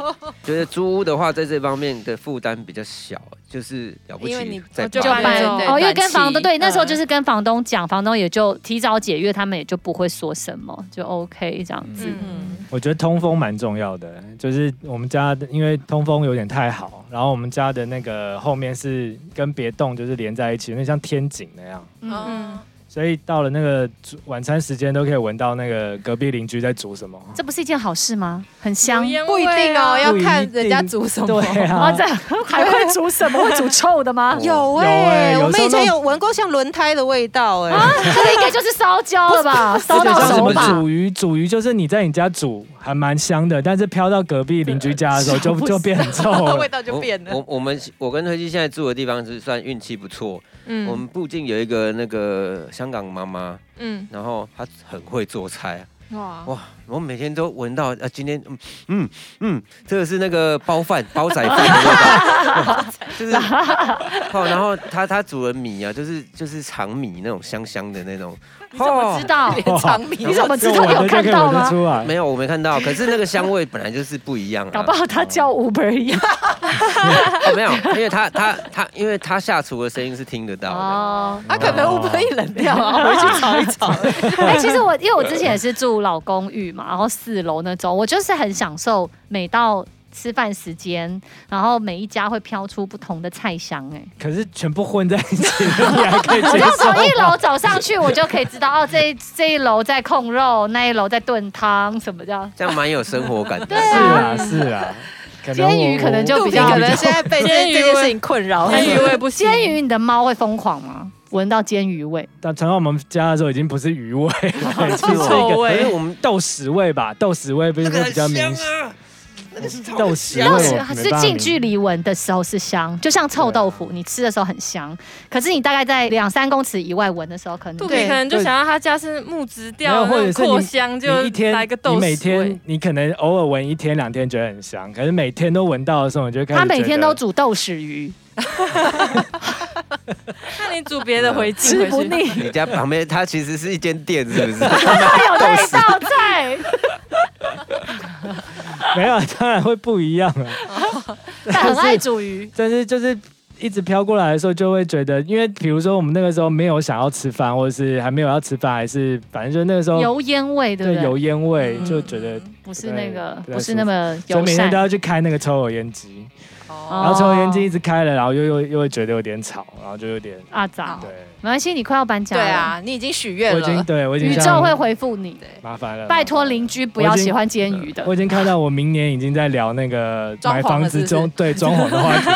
[SPEAKER 1] 觉得租屋的话，在这方面的负担比较小，就是了不
[SPEAKER 6] 因为
[SPEAKER 1] 起
[SPEAKER 6] 你
[SPEAKER 1] 在
[SPEAKER 2] 哦就
[SPEAKER 1] 搬
[SPEAKER 2] 搬
[SPEAKER 3] 对
[SPEAKER 2] 了
[SPEAKER 3] 哦，因为跟房东对
[SPEAKER 6] 嗯
[SPEAKER 3] 那时候就是跟房东讲，房东也就提早解约，他们也就不会说什么，就 OK 这样子。
[SPEAKER 2] 嗯，
[SPEAKER 5] 我觉得通风蛮重要的，就是我们家的，因为通风有点太好，然后我们家
[SPEAKER 6] 哦
[SPEAKER 5] 的那个后面是跟别栋就是连在一起，有点像天井那样。
[SPEAKER 3] 嗯，
[SPEAKER 2] 嗯
[SPEAKER 5] 所以到了那个煮晚餐时间，都可以闻到那个隔壁邻居在煮什么。
[SPEAKER 3] 这不是一件好事吗？很香。
[SPEAKER 6] 不一定哦，
[SPEAKER 2] 啊
[SPEAKER 6] 要
[SPEAKER 5] 不一
[SPEAKER 6] 看人家
[SPEAKER 5] 定
[SPEAKER 6] 煮什么。
[SPEAKER 5] 对
[SPEAKER 3] 啊，
[SPEAKER 5] 啊，
[SPEAKER 3] 这还会煮什么？会煮臭的 吗？
[SPEAKER 6] 有哎、
[SPEAKER 5] 欸有
[SPEAKER 6] 我们
[SPEAKER 5] 时候
[SPEAKER 6] 以前
[SPEAKER 5] 那
[SPEAKER 6] 有闻过像轮胎的味道哎、
[SPEAKER 3] 啊这个应该就是烧焦了吧？烧
[SPEAKER 5] 有点
[SPEAKER 3] 到
[SPEAKER 5] 像什
[SPEAKER 3] 手
[SPEAKER 5] 么
[SPEAKER 3] 吧？
[SPEAKER 5] 煮鱼，煮鱼就是你在你家煮还蛮香的，但是飘到隔壁邻居家的时候就就变很臭
[SPEAKER 6] 味
[SPEAKER 5] 了。
[SPEAKER 6] 道就
[SPEAKER 1] 我
[SPEAKER 6] 变 了。
[SPEAKER 1] 我我们我跟推基现在住的地方是算运气不错，我
[SPEAKER 2] 嗯
[SPEAKER 1] 们附近有一个那个香港妈妈，
[SPEAKER 2] 嗯，
[SPEAKER 1] 然后她很会做菜，
[SPEAKER 2] 哇，
[SPEAKER 1] 哇，我每天都闻到啊，今天嗯嗯嗯，这个是那个包 饭煲仔饭的味道，哇就是哦，然后她她煮的米啊，就是就是长米那种香香的那种，哦
[SPEAKER 3] 你怎么知道？
[SPEAKER 5] 哇
[SPEAKER 6] 长米
[SPEAKER 3] 你怎么知
[SPEAKER 5] 用
[SPEAKER 3] 道？你
[SPEAKER 5] 闻
[SPEAKER 3] 有
[SPEAKER 5] 的就
[SPEAKER 3] 看
[SPEAKER 5] 可以
[SPEAKER 3] 到
[SPEAKER 5] 闻得
[SPEAKER 3] 吗？
[SPEAKER 5] 出来
[SPEAKER 1] 没。有我没看到，可是那个香味本来就是不一样、啊，
[SPEAKER 3] 搞不好他
[SPEAKER 1] 叫。
[SPEAKER 3] 叫 Uber 一样。
[SPEAKER 1] 哦，没有，因为他他他，因为他下厨的声音是听得到的。
[SPEAKER 3] 哦，
[SPEAKER 6] 他、啊可能
[SPEAKER 5] 哦
[SPEAKER 6] 乌龟冷掉，啊然后回 去炒一炒。
[SPEAKER 3] 哎，其实我因为我之前也是住老公寓嘛，然后四楼那种，我就是很享受每到吃饭时间，然后每一家会飘出不同的菜香，哎。
[SPEAKER 5] 可是全部混在一起， 你还可以接
[SPEAKER 3] 我就从一
[SPEAKER 5] 受。
[SPEAKER 3] 楼走上去，我就可以知道哦，这一这一楼在控肉，那一楼在炖汤，什么叫
[SPEAKER 1] 这样蛮有生活感的。
[SPEAKER 5] 是
[SPEAKER 3] 啊
[SPEAKER 5] 啊，是啊。可能我
[SPEAKER 3] 煎鱼可能就
[SPEAKER 6] 杜
[SPEAKER 3] 比
[SPEAKER 6] 比
[SPEAKER 3] 较
[SPEAKER 6] 可能现在被这
[SPEAKER 2] 煎鱼
[SPEAKER 6] 这件
[SPEAKER 2] 味
[SPEAKER 6] 事情困扰。
[SPEAKER 2] 煎鱼味不行，
[SPEAKER 3] 煎鱼？你的猫会疯狂吗？闻到煎鱼味，
[SPEAKER 5] 但传到我们家的时候，已经不是鱼味 了，是一
[SPEAKER 6] 臭
[SPEAKER 5] 个
[SPEAKER 1] 可是
[SPEAKER 6] 味。
[SPEAKER 1] 我们
[SPEAKER 5] 豆豉味吧？豆豉味不是
[SPEAKER 1] 那个
[SPEAKER 5] 比
[SPEAKER 1] 很
[SPEAKER 5] 较明
[SPEAKER 1] 香
[SPEAKER 5] 显。
[SPEAKER 1] 啊，那个是炒
[SPEAKER 5] 豆
[SPEAKER 1] 的
[SPEAKER 5] 豉
[SPEAKER 1] 香
[SPEAKER 5] 味
[SPEAKER 3] 豆
[SPEAKER 5] 我
[SPEAKER 3] 豉
[SPEAKER 5] 没
[SPEAKER 3] 是
[SPEAKER 5] 办法
[SPEAKER 3] 近
[SPEAKER 5] 理
[SPEAKER 3] 距离闻的时候是香，就像臭豆腐，你吃的时候很香，可是你大概在两三公尺以外闻的时候，可
[SPEAKER 2] 杜
[SPEAKER 3] 能
[SPEAKER 2] 比
[SPEAKER 6] 对
[SPEAKER 2] 可能就想要他家是木质
[SPEAKER 5] 没
[SPEAKER 2] 调
[SPEAKER 5] 有
[SPEAKER 2] 的
[SPEAKER 5] 或者
[SPEAKER 2] 那
[SPEAKER 5] 是
[SPEAKER 2] 种
[SPEAKER 5] 你
[SPEAKER 2] 扩香，就
[SPEAKER 5] 你一天
[SPEAKER 2] 来个豆
[SPEAKER 5] 你每
[SPEAKER 2] 豉味
[SPEAKER 5] 天。你可能偶尔闻一天两天觉得很香，可是每天都闻到的时候，你就会开始
[SPEAKER 3] 他每
[SPEAKER 5] 觉
[SPEAKER 3] 天
[SPEAKER 5] 得
[SPEAKER 3] 都煮豆豉鱼，
[SPEAKER 2] 那你煮别的回敬
[SPEAKER 3] 吃不
[SPEAKER 2] 回去，
[SPEAKER 3] 腻，
[SPEAKER 1] 你家旁边它其实是一间店，是不是？
[SPEAKER 3] 有那一道菜，
[SPEAKER 5] 没有，当然会不一样 啊。
[SPEAKER 3] 但很爱煮鱼。
[SPEAKER 5] 但是就是一直飘过来的时候，就会觉得，因为比如说我们那个时候没有想要吃饭，或者是还没有要吃饭，还是反正就那个时候
[SPEAKER 3] 油烟味，对
[SPEAKER 5] 对
[SPEAKER 3] 不
[SPEAKER 5] 油
[SPEAKER 3] 对？
[SPEAKER 5] 烟味，
[SPEAKER 6] 嗯
[SPEAKER 5] 就觉得，
[SPEAKER 3] 不是那个，
[SPEAKER 5] 对
[SPEAKER 3] 不是那么
[SPEAKER 5] 所
[SPEAKER 3] 友
[SPEAKER 5] 以每天
[SPEAKER 3] 善
[SPEAKER 5] 都。要去开那个抽油烟机，
[SPEAKER 6] 哦
[SPEAKER 5] 然后抽油烟机一直开了，然后又又又会觉得有点吵，然后就有点
[SPEAKER 3] 阿杂，
[SPEAKER 5] 对。
[SPEAKER 3] 没关系，你快要搬家
[SPEAKER 6] 对
[SPEAKER 3] 了，
[SPEAKER 6] 啊，你已经许愿
[SPEAKER 5] 我已经
[SPEAKER 6] 了。
[SPEAKER 5] 对我已经
[SPEAKER 3] 宇
[SPEAKER 5] 这
[SPEAKER 3] 宙
[SPEAKER 5] 样
[SPEAKER 3] 会回复你的。
[SPEAKER 5] 麻烦了，
[SPEAKER 3] 拜托邻居不要喜欢煎鱼的
[SPEAKER 5] 我。已经看到我明年已经在聊那个
[SPEAKER 6] 装
[SPEAKER 5] 买
[SPEAKER 6] 潢
[SPEAKER 5] 房
[SPEAKER 6] 了
[SPEAKER 5] 子
[SPEAKER 6] 是不是
[SPEAKER 5] 中对装潢的话题，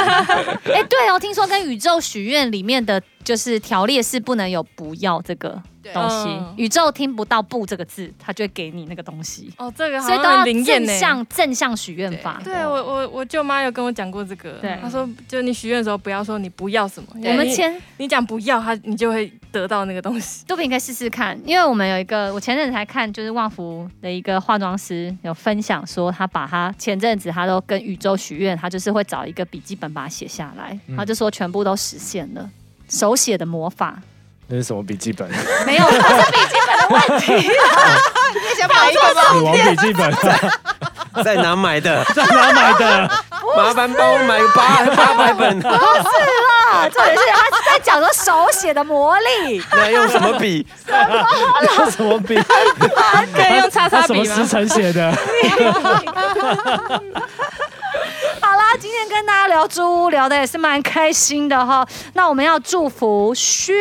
[SPEAKER 3] 哎、对哦，听说跟宇宙许愿里面的就是条列是不能有不要这个
[SPEAKER 6] 对啊
[SPEAKER 3] 东西，
[SPEAKER 2] 嗯
[SPEAKER 3] 宇宙听不到不这个字，他就会给你那个东西。
[SPEAKER 2] 哦，这哦个好
[SPEAKER 3] 所以
[SPEAKER 2] 像
[SPEAKER 3] 都要
[SPEAKER 2] 很灵验
[SPEAKER 3] 正
[SPEAKER 2] 呢。
[SPEAKER 3] 向正向许愿法。
[SPEAKER 2] 对我我我舅妈有跟我讲过这个
[SPEAKER 3] 对，
[SPEAKER 2] 她说就你许愿的时候不要说你不要什么，
[SPEAKER 3] 我们
[SPEAKER 2] 因为
[SPEAKER 3] 前
[SPEAKER 2] 你讲不要，她你就会得到那个东 西。
[SPEAKER 3] 杜比应该试试看，因为我们有一个，我前阵子才看，就是旺福的一个化妆师有分享说，他把他前阵子他都跟宇宙许愿，他就是会找一个笔记本把它写下来，
[SPEAKER 5] 嗯
[SPEAKER 3] 他就说全部都实现了。手写的魔法
[SPEAKER 5] 那是什么笔记本？
[SPEAKER 3] 没有，不是笔记本的问题，
[SPEAKER 6] 你想买一个吗？
[SPEAKER 5] 死亡笔记本，
[SPEAKER 1] 在哪买的？
[SPEAKER 5] 在哪买的？
[SPEAKER 1] 麻烦帮我买八八百 本，
[SPEAKER 3] 啊重点是他是在讲说手写的魔力，
[SPEAKER 1] 那用什么笔？
[SPEAKER 5] 那什么笔？
[SPEAKER 2] 可以用叉叉
[SPEAKER 5] 那什
[SPEAKER 2] 笔
[SPEAKER 5] 么时
[SPEAKER 2] 吗？
[SPEAKER 5] 辰写的？
[SPEAKER 3] 好啦，今天跟大家聊猪屋，聊的也是蛮开心的哈。那我们要祝福薛，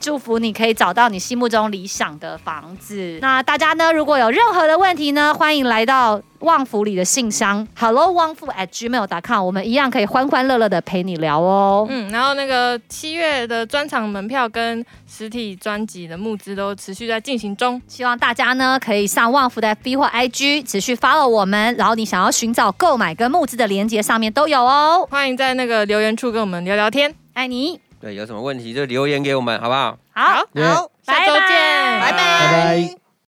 [SPEAKER 3] 祝福你可以找到你心目中理想的房子。那大家呢，如果有任何的问题呢，欢迎来到旺福里的信箱 hello 旺福 at gmail.com，我们一样可以欢欢乐乐的陪你聊哦。
[SPEAKER 2] 嗯，然后那个七月的专场门票跟实体专辑的募资都持续在进行中。
[SPEAKER 3] 希望大家呢可以上旺福的 FB 或 IG 持续 follow 我们，然后你想要寻找购买跟募资的连接上面都有哦。
[SPEAKER 2] 欢迎在那个留言处跟我们聊聊天。
[SPEAKER 3] 爱你，
[SPEAKER 1] 对，有什么问题就留言给我们，好不好？
[SPEAKER 3] 好，
[SPEAKER 6] 好，
[SPEAKER 3] 拜
[SPEAKER 2] 下周见
[SPEAKER 3] 拜
[SPEAKER 5] 拜
[SPEAKER 6] 拜
[SPEAKER 5] 拜
[SPEAKER 6] 拜。